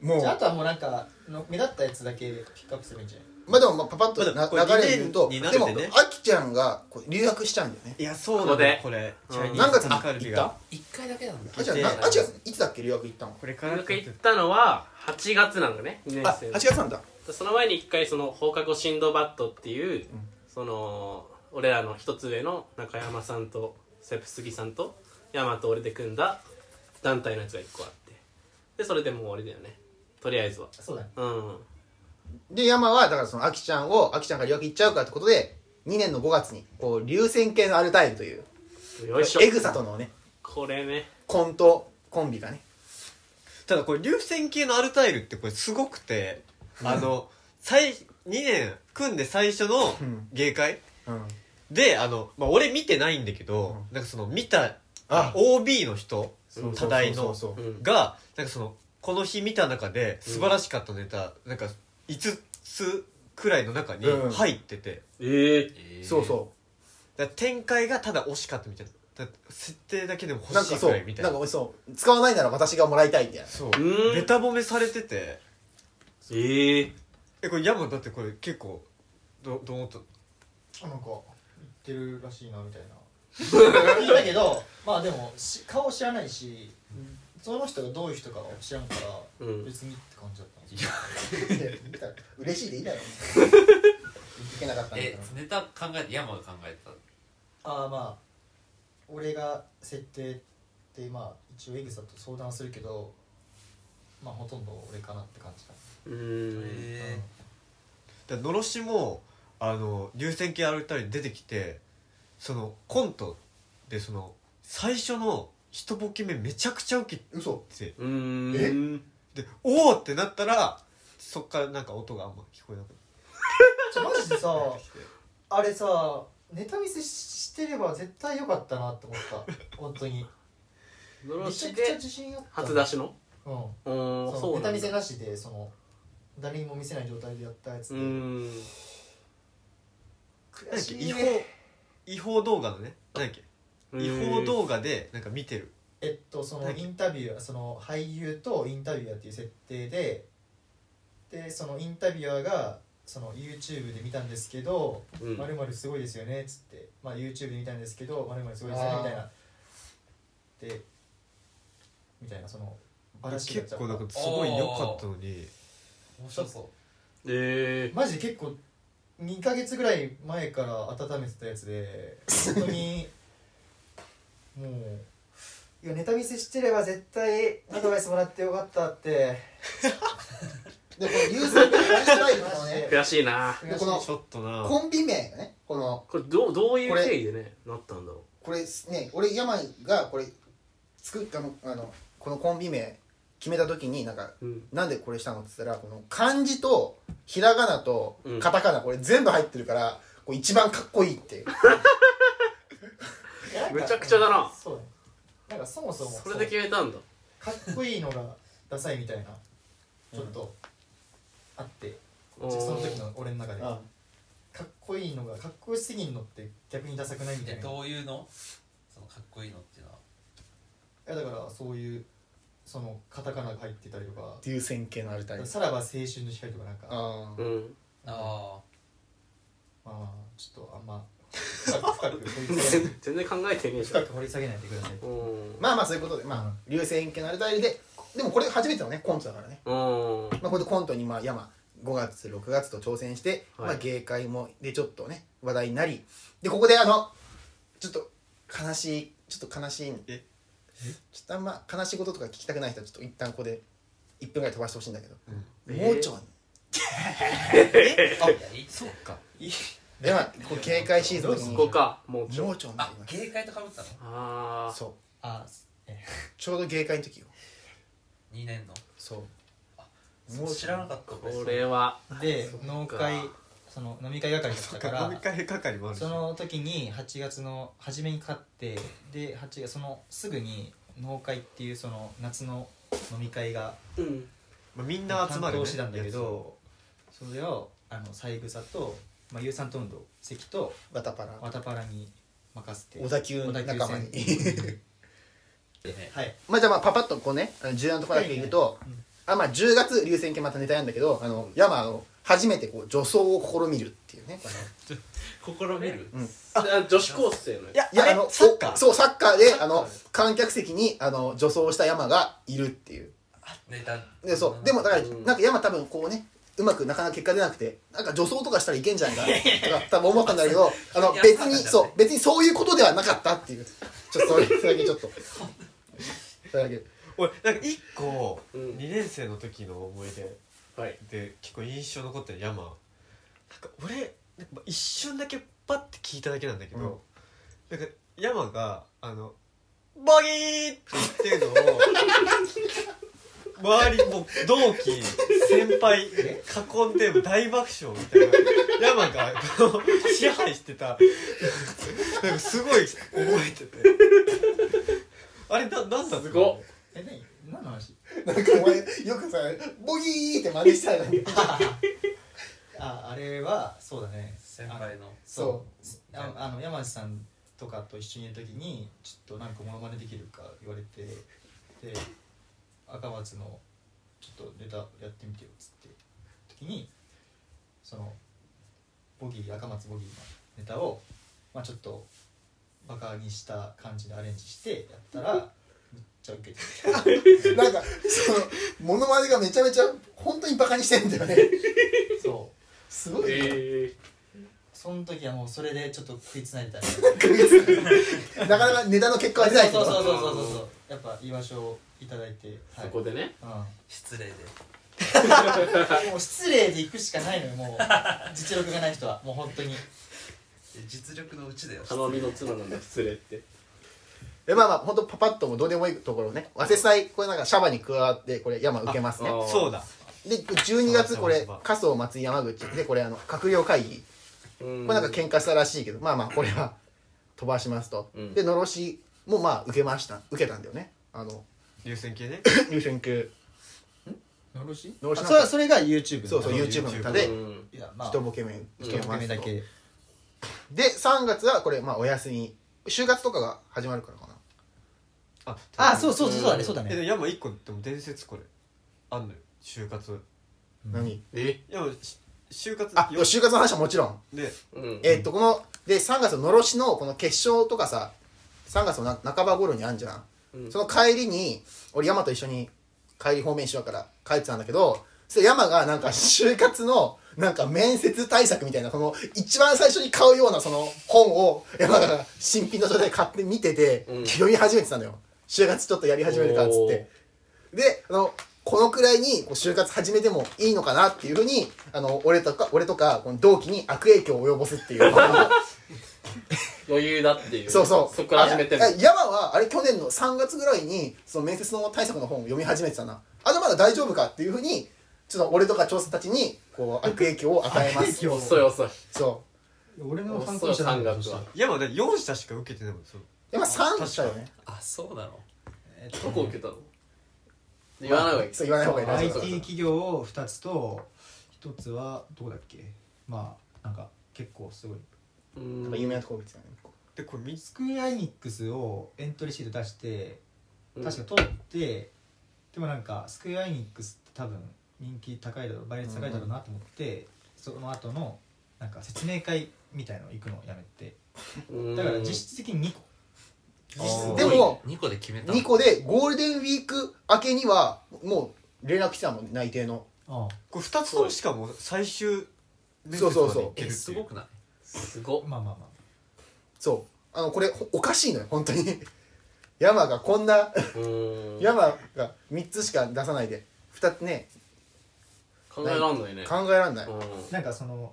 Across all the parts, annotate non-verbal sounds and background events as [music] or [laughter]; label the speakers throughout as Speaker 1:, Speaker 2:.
Speaker 1: もう
Speaker 2: じゃああとはもうなんかの目立ったやつだけピックアップすればいいんじゃない
Speaker 1: まあでもまあパパッと
Speaker 3: まだこ
Speaker 1: な
Speaker 3: れ
Speaker 1: 流れで言うと、
Speaker 3: 二年になって
Speaker 1: でも
Speaker 3: ね
Speaker 1: あきちゃんがこう留学したんだよね
Speaker 3: いやそう
Speaker 4: ここ
Speaker 3: だ
Speaker 4: で
Speaker 3: ねこれ
Speaker 4: うん
Speaker 3: チャイニ
Speaker 1: 何
Speaker 3: ー
Speaker 1: 月
Speaker 3: ズ
Speaker 1: あ
Speaker 3: タカルビ
Speaker 1: 行った
Speaker 3: が
Speaker 2: 一回だけなんだ
Speaker 1: あきちゃんなあきちゃんいつだっけ留学行ったの
Speaker 3: これから
Speaker 4: 僕行ったのは8月なんだね2年
Speaker 1: あ
Speaker 4: 生
Speaker 1: 8
Speaker 4: の
Speaker 1: 月なんだ
Speaker 4: その前に1回その放課後シンドバットっていう、その俺らの一つ上の中山さんとセプスギさんとヤマと俺で組んだ団体のやつが1個あってでそれでもう終わりだよねとりあえずは
Speaker 2: そうだね
Speaker 4: うん
Speaker 1: で山はだからそのあきちゃんをあきちゃんが留学行っちゃうからってことで2年の5月にこう流線形のアルタイルという
Speaker 4: よいしょ
Speaker 1: エグザとのね
Speaker 4: これね
Speaker 1: コントコンビがね
Speaker 3: ただこれ流線形のアルタイルってこれすごくてあの最2年組んで最初の
Speaker 1: うん
Speaker 3: 芸会
Speaker 1: うん
Speaker 3: であの、まあ、俺見てないんだけど、なんかその見た OB の人
Speaker 1: そう
Speaker 3: 多大の
Speaker 1: そう
Speaker 4: う
Speaker 1: そうん
Speaker 3: がなんかそのこの日見た中で素晴らしかったネタ、なんか5つくらいの中に
Speaker 1: うん
Speaker 3: 入ってて、
Speaker 4: ええ
Speaker 1: そうそ
Speaker 3: だから展開がただ惜しかったみたいなだから設定だけでも
Speaker 1: うなん
Speaker 3: 欲し
Speaker 1: か
Speaker 3: い
Speaker 1: そ
Speaker 3: く
Speaker 1: う
Speaker 3: らいみたい
Speaker 1: な
Speaker 3: なん
Speaker 1: かそう使わないなら私がもらいたいみたいな
Speaker 3: そう
Speaker 4: うん
Speaker 3: ベタ褒めされてて
Speaker 4: ええ
Speaker 3: えこれヤマだってこれ結構どどう思った
Speaker 2: なんか言ってるらしいなみたいなだけどまあでもし顔知らないしその人がどういう人かを知らんから
Speaker 4: うん
Speaker 2: 別にって感じだったんですよ
Speaker 1: 嬉しいでいいだろいけなかったんだ
Speaker 5: えネタ考えて山が考えてた
Speaker 2: ああまあ俺が設定ってまあ一応エグザと相談するけどまあほとんど俺かなって感じだ
Speaker 4: うん
Speaker 5: え
Speaker 3: だからのろしもあの流線形歩いたり出てきてそのコントでその最初の一ボケ目めちゃくちゃウケて
Speaker 1: 嘘
Speaker 4: うん
Speaker 3: でおおってなったらそっからなんか音があんま聞こえなく
Speaker 2: じゃマジでさ
Speaker 3: なってきて
Speaker 2: あれさネタ見せしてれば絶対良かったなって思った本当に
Speaker 4: のろ
Speaker 2: めちゃ
Speaker 4: し
Speaker 2: くちゃ
Speaker 4: で
Speaker 2: 自信あった
Speaker 4: 初出しの
Speaker 2: うん
Speaker 4: うん
Speaker 2: そ
Speaker 4: そ
Speaker 2: の
Speaker 4: う
Speaker 2: ネタ
Speaker 4: なん
Speaker 2: 見せ
Speaker 4: だ
Speaker 2: なしでその誰にも見せない状態でやったやつ
Speaker 4: う
Speaker 2: で
Speaker 4: ん
Speaker 3: なん
Speaker 2: 悔
Speaker 3: だっけ
Speaker 2: し
Speaker 3: 違
Speaker 2: い
Speaker 3: 法
Speaker 2: ね
Speaker 3: 違法動画のねなんだっけ違法動画でなんか見てる
Speaker 2: えっとその
Speaker 3: 何
Speaker 2: インタビュアーその俳優とインタビュアーっていう設定ででそのインタビュアーがその YouTube で見たんですけど「
Speaker 4: うん
Speaker 2: まるまるすごいですよね」っつって、まあ、YouTube で見たんですけど「まるまるすごいですよね」みたいなでみたいなそのバラしになっち
Speaker 3: 結
Speaker 2: ゃう
Speaker 3: 構なんかすごい良かったのに
Speaker 5: 面白そう
Speaker 4: ええ
Speaker 2: マジで結構2ヶ月ぐらい前から温めてたやつで本当にもういやネタ見せしてれば絶対アドバイスもらってよかったって
Speaker 1: でこの流線形のアルタイルのね
Speaker 4: 悔しいな
Speaker 1: でこの
Speaker 3: ちょっとな
Speaker 1: コンビ名がねこの
Speaker 4: これどうどういう
Speaker 1: これ
Speaker 4: 経緯でねなったんだろ
Speaker 1: これね俺山がこれ作ったのあのこのコンビ名決めた時になんか
Speaker 4: ううん
Speaker 1: なんでこれしたのって言ったらこの漢字とひらがなと
Speaker 4: うん
Speaker 1: カタカナこれ全部入ってるからこう一番かっこいいっていう
Speaker 2: いやなんか
Speaker 4: めちゃくちゃだな
Speaker 2: そうだねなんかそもそも
Speaker 4: それで決めたんだ
Speaker 2: かっこいいのがダサいみたいなちょっとあって、
Speaker 4: お
Speaker 2: その
Speaker 4: ー
Speaker 2: 時の俺の中でかっこいいのがかっこよすぎんのって逆にダサくないみたい
Speaker 5: え
Speaker 2: な
Speaker 5: どういうのそのかっこいいのっていうのはい
Speaker 2: やだからそういうそのカタカナが入ってたりとか
Speaker 1: 流線形のアルタイル
Speaker 2: さらば青春の光とかなんか
Speaker 1: あ
Speaker 4: う
Speaker 1: ー
Speaker 4: ん
Speaker 5: あ
Speaker 2: まあまあちょっとあんま深く深く掘り下げない
Speaker 4: [laughs] 全全然考えてねえじ
Speaker 2: 深
Speaker 4: ゃ
Speaker 2: [laughs]
Speaker 4: ん
Speaker 2: く掘り下げないでください
Speaker 4: うん
Speaker 1: まあまあそういうことでまあ流線形のアルタイルででもこれ初めてのねコントだからね
Speaker 4: うん
Speaker 1: まあ、これでコントにまあ山5月6月と挑戦して、
Speaker 4: は
Speaker 1: ま
Speaker 4: い
Speaker 1: あ、芸会もでちょっとね話題になりでここであのちょっと悲しいちょっと悲しい
Speaker 3: え
Speaker 1: ちょっとあんま悲しいこととか聞きたくない人はちょっと一旦ここで1分ぐらい飛ばしてほしいんだけど、
Speaker 4: うん
Speaker 1: 盲腸に
Speaker 5: ーあいやいいそっか
Speaker 1: 山こう警戒シーズンの時
Speaker 4: そ
Speaker 1: に
Speaker 4: こかもうち
Speaker 1: 盲
Speaker 4: ょ
Speaker 1: 腸にな
Speaker 5: あ
Speaker 1: りまし
Speaker 5: 警戒とかぶったの
Speaker 4: あ
Speaker 1: た
Speaker 4: あ
Speaker 1: そう
Speaker 2: あ
Speaker 1: ちょうど芸会の時よ
Speaker 5: 2年の
Speaker 1: そう
Speaker 5: そう知らなかった
Speaker 4: これは
Speaker 2: で
Speaker 4: っか
Speaker 2: 農会その飲み会係だったか
Speaker 3: 飲み
Speaker 2: ら
Speaker 3: 会係もあるし
Speaker 2: その時に8月の初めに勝ってで8月そのすぐに農会っていうその夏の飲み会が
Speaker 4: うん
Speaker 3: まあみんな集
Speaker 2: 担
Speaker 3: まるね
Speaker 2: 当してたんだけどそれをあの三枝とまあ有酸と運動関と
Speaker 1: ガタパラ
Speaker 2: ワタパラに任せて
Speaker 1: 小田急
Speaker 2: 小
Speaker 3: [laughs]
Speaker 1: 仲
Speaker 2: 田
Speaker 1: 間
Speaker 2: 急
Speaker 1: に
Speaker 2: 線
Speaker 5: ね
Speaker 2: はい
Speaker 1: まあじゃあまあパパッとこうねあの重要なところだけ言うと、
Speaker 2: いね
Speaker 1: あまあ10月流線形またネタやんだけどあの山の初めてこう女装を試みるっていうね
Speaker 4: 試みる、
Speaker 1: うん
Speaker 4: あ女子高生のやつ
Speaker 3: やいやあ
Speaker 1: の
Speaker 3: のサッカ
Speaker 1: お
Speaker 3: ー
Speaker 1: そうサッカーであの観客席にあの女装した山がいるっていう
Speaker 5: ネタ
Speaker 1: でそうでもだから、
Speaker 4: うん
Speaker 1: なんか山多分こうねうまくなかなか結果出なくてなんか女装とかしたらいけんじゃないかなとか多分思ったんだけどあの
Speaker 5: いや
Speaker 1: 別
Speaker 5: そうなん
Speaker 1: に
Speaker 5: だね
Speaker 1: そう別にそういうことではなかったっていうちょっとそれそれだけちょっ [laughs] とそれだけ
Speaker 3: 俺なんか一個
Speaker 4: うん
Speaker 3: 2年生の時の思い出
Speaker 4: はい
Speaker 3: で結構印象残ってる山なんか俺なんか一瞬だけパッて聞いただけなんだけど、なんか山があの「ボギー!」って言ってるのを周りもう同期先輩囲んで大爆笑みたいな山がこう支配してたなんかすごい覚えててあれななんだったの
Speaker 4: すごっ
Speaker 2: え何何の話 [laughs]
Speaker 1: なんかお前よくさボギーって真似したら
Speaker 2: ああれはそうだね
Speaker 5: 先輩の
Speaker 2: そうああの山内さんとかと一緒にいる時にちょっとなんかモノマネできるか言われてで赤松の「ちょっとネタやってみてよ」っつって時にそのボギー赤松ボギーのネタを、まあ、ちょっとバカにした感じでアレンジしてやったらめっちゃウケて
Speaker 1: なんかそのモノマネがめちゃめちゃ本当にバカにしてんだよね
Speaker 2: そう
Speaker 1: すごい、
Speaker 4: え
Speaker 2: その時はもうそれでちょっと食いつない [laughs] でたりとか
Speaker 1: なかなかネタの結果は出ないけ
Speaker 2: そう
Speaker 1: ど
Speaker 2: そうそうそうそうそうやっぱ居場所をいただいて、
Speaker 4: ー
Speaker 2: はい、
Speaker 4: そこでね
Speaker 2: う
Speaker 5: 失礼で
Speaker 2: [laughs] ん、もう失礼で行くしかないのよもう実力がない人はもう本当に
Speaker 5: 実力のうちだよ
Speaker 4: 頼みの妻なんだ失礼って
Speaker 1: えまあまあ本当パパッともどうでもいいところをね早稲祭これなんかシャバに加わってこれ山受けますね
Speaker 4: ああ
Speaker 3: そうだ
Speaker 1: で12月こ
Speaker 3: シャバ
Speaker 1: れ
Speaker 3: シャバ
Speaker 1: 加藤松井山口でこれあの閣僚会議
Speaker 4: うん
Speaker 1: これなんか喧嘩したらしいけどまあまあこれは飛ばしますと、
Speaker 4: うん
Speaker 1: でのろしもまあ受けました受けたんだよねあの
Speaker 3: 流線形ね
Speaker 1: [laughs] 入選級
Speaker 2: のろし
Speaker 1: のろし
Speaker 2: それそれが YouTube
Speaker 1: そうそう
Speaker 3: あの
Speaker 1: YouTube の歌
Speaker 3: た
Speaker 1: で
Speaker 4: うん
Speaker 2: いやまあ
Speaker 1: 一ボケ目受け
Speaker 2: 一
Speaker 1: ま
Speaker 2: 目
Speaker 1: す
Speaker 2: だ
Speaker 1: と
Speaker 2: け
Speaker 1: で3月はこれまあお休み就活とかが始まるからかな
Speaker 3: あ
Speaker 2: あそうそうそうそうだねそうだ
Speaker 3: えで
Speaker 2: ね
Speaker 3: も山一個でも伝説これあんのよ就活
Speaker 1: 何
Speaker 4: え
Speaker 3: いやし就活
Speaker 1: あ
Speaker 3: よ
Speaker 1: 就活の話はもちろん
Speaker 3: で
Speaker 4: うん
Speaker 1: えーっとこので3月ののろしのこの決勝とかさ3月のな半ば頃にあんじゃん、
Speaker 4: うん
Speaker 1: その帰りに俺山と一緒に帰り方面一緒だから帰ってたんだけどそれ山がなんか就活のなんか面接対策みたいなこの一番最初に買うようなその本を山が新品の状態で買って見てて、
Speaker 4: うん
Speaker 1: 読み始めてたのよ就活ちょっとやり始めるからっつってであのこのくらいにこう就活始めてもいいのかなっていうふうにあの俺とか俺とかこの同期に悪影響を及ぼすっていう
Speaker 4: [laughs] 余裕だっていう
Speaker 1: そうそう
Speaker 4: そこから始めてる
Speaker 1: あいや山はあれ去年の3月ぐらいにその面接の対策の本を読み始めてたなあでまだ大丈夫かっていうふうにちょっと俺とか調査たちにこう悪影響を与えます
Speaker 2: 今日
Speaker 4: 遅い遅い
Speaker 1: そう
Speaker 2: 俺の反
Speaker 4: 遅
Speaker 2: 抗
Speaker 4: い
Speaker 2: 者なん
Speaker 4: 三
Speaker 2: だよ
Speaker 4: 月は
Speaker 3: 山ね4社しか受けてないもんそう
Speaker 1: でまあ3社よね
Speaker 5: あそうなの
Speaker 2: えっ
Speaker 4: ど
Speaker 2: と
Speaker 4: こ受けたの言わない方がいい
Speaker 1: そう言わない方がいい大
Speaker 2: IT
Speaker 1: 丈夫
Speaker 2: 企業を2つと1つはどこだっけまあなんか結構すごい
Speaker 4: うん
Speaker 1: なんか有名なところですよね
Speaker 3: でこれみ
Speaker 2: スクエアエニックスをエントリーシート出して
Speaker 4: うん
Speaker 2: 確か通って、でもなんかスクエアエニックスって多分人気高いだろう倍率高いだろうなと思って、その後のなんか説明会みたいの行くのをやめて
Speaker 4: うん
Speaker 2: だから実質的に2個、
Speaker 1: 実質
Speaker 4: あー
Speaker 1: でも
Speaker 5: 2個で決めた
Speaker 1: 2個でゴールデンウィーク明けにはもう連絡来てたもんね内定の
Speaker 3: これ2つともしかも最終面接
Speaker 1: そうそうそう
Speaker 3: までいけるってい
Speaker 5: えすごくない
Speaker 4: すごっ
Speaker 2: まあまあまあ
Speaker 1: そうあのこれほおかしいのよ本当に [laughs] 山がこんな
Speaker 4: うん
Speaker 1: 山が3つしか出さないで2つね
Speaker 4: 考えらんないね
Speaker 1: 考えらんない、
Speaker 4: う
Speaker 2: なんかその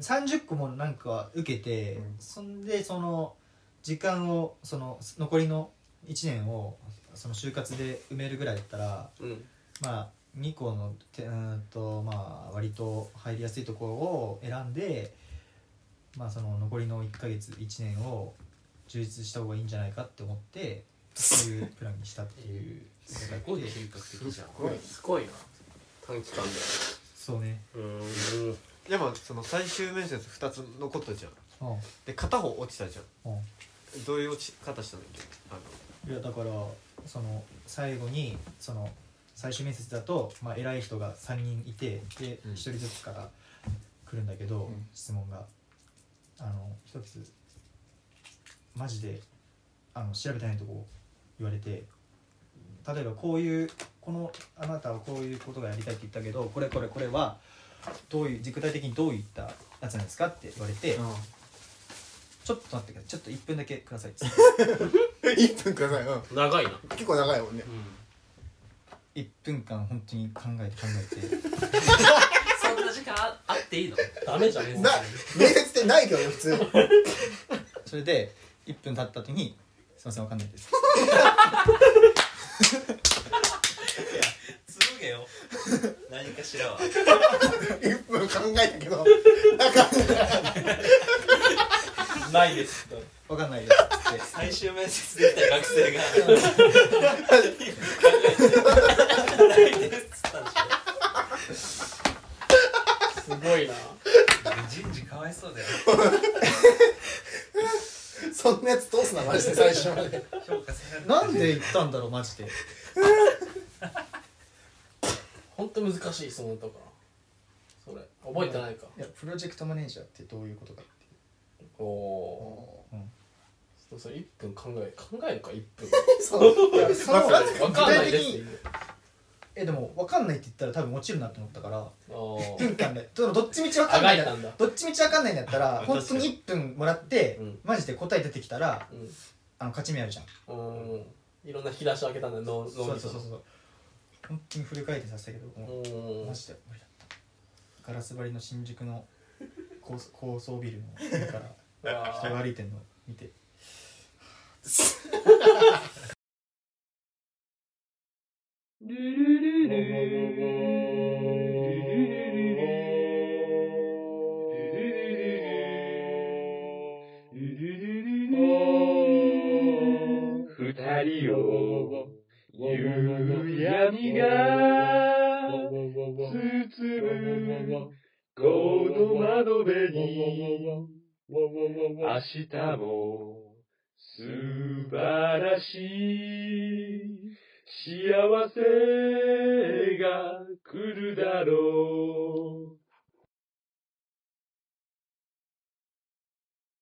Speaker 2: 2030個もなんか受けて、
Speaker 1: うん
Speaker 2: そんでその時間をその残りの1年をその就活で埋めるぐらいだったら
Speaker 4: んうん
Speaker 2: まあ2個のてうーんとまあ割と入りやすいところを選んでまあその残りの1ヶ月1年を充実した方がいいんじゃないかって思ってそういうプランにしたっていう
Speaker 5: すごい計画的じゃん
Speaker 1: ごい
Speaker 4: すごいな短期間で
Speaker 2: そうね
Speaker 4: うん
Speaker 3: 山その最終面接2つ残ったじゃん
Speaker 2: うん
Speaker 3: で片方落ちたじゃん
Speaker 2: うん
Speaker 3: どういう落ち方したんだっけあ
Speaker 2: いやだからその最後にその最終面接だと、まあ、偉い人が3人いてで
Speaker 3: うん
Speaker 2: 1人ずつから来るんだけど、
Speaker 1: うん
Speaker 2: 質問があの一つマジであの調べてないとこ言われて例えばこういうこのあなたはこういうことがやりたいって言ったけどこれこれこれはどういう具体的にどういったやつなんですかって言われて、ちょっと待ってくださいちょっと1分だけくださいっつって
Speaker 1: 1分ください、うん、
Speaker 4: 長いな、
Speaker 1: 結構長いもんね
Speaker 2: 1分間本当に考えて考えて。
Speaker 5: そんな時間ああっていいの
Speaker 4: ダメじゃん
Speaker 1: な面接ってないけどね普通
Speaker 2: それで1分経った時に「すいませんわかんないです
Speaker 5: すげよ何かしらは
Speaker 1: 1分考えたけどなんか
Speaker 5: ないです」
Speaker 2: わかんないです」って
Speaker 5: 最終面接できた学生がないですっつったんでし
Speaker 4: すごいな
Speaker 5: ょ人事かわいそうだよ
Speaker 1: そんなやつ通すなマジで最初まで
Speaker 5: 評価される
Speaker 2: なんで言ったんだろうマジで
Speaker 4: 本当難しい質問だからそれ覚えてないか
Speaker 2: いやプロジェクトマネージャーってどういうことかっていう
Speaker 4: おおー、
Speaker 2: うん
Speaker 4: そうそれ1分考え考えるか1分
Speaker 1: そういや
Speaker 2: そ
Speaker 1: ま
Speaker 2: の
Speaker 1: あ
Speaker 4: 分かんないですって
Speaker 2: えでもわかんないって言ったら多分落ちるなと思ったから
Speaker 4: 言
Speaker 2: 1分間でどどっちみちわかんない
Speaker 4: あがいたんだ
Speaker 2: どっちみちわかんないんだったら
Speaker 5: 確かに
Speaker 2: 本当に1分もらって、
Speaker 4: うん
Speaker 2: マジで答え出てきたら
Speaker 4: うん
Speaker 2: あの勝ち目あるじゃん
Speaker 4: うんいろんな引き出しを開けたんだ脳脳みそ
Speaker 2: そうそうそうそう
Speaker 4: う
Speaker 2: そう本当にフル回転させたけどもうマジで無理だったガラス張りの新宿の高層高層ビルの上から
Speaker 4: うわー
Speaker 2: 人が歩いてんのを見て
Speaker 6: 二人を夕闇が包むこの窓辺に明日も素晴らしい幸せが来るだろう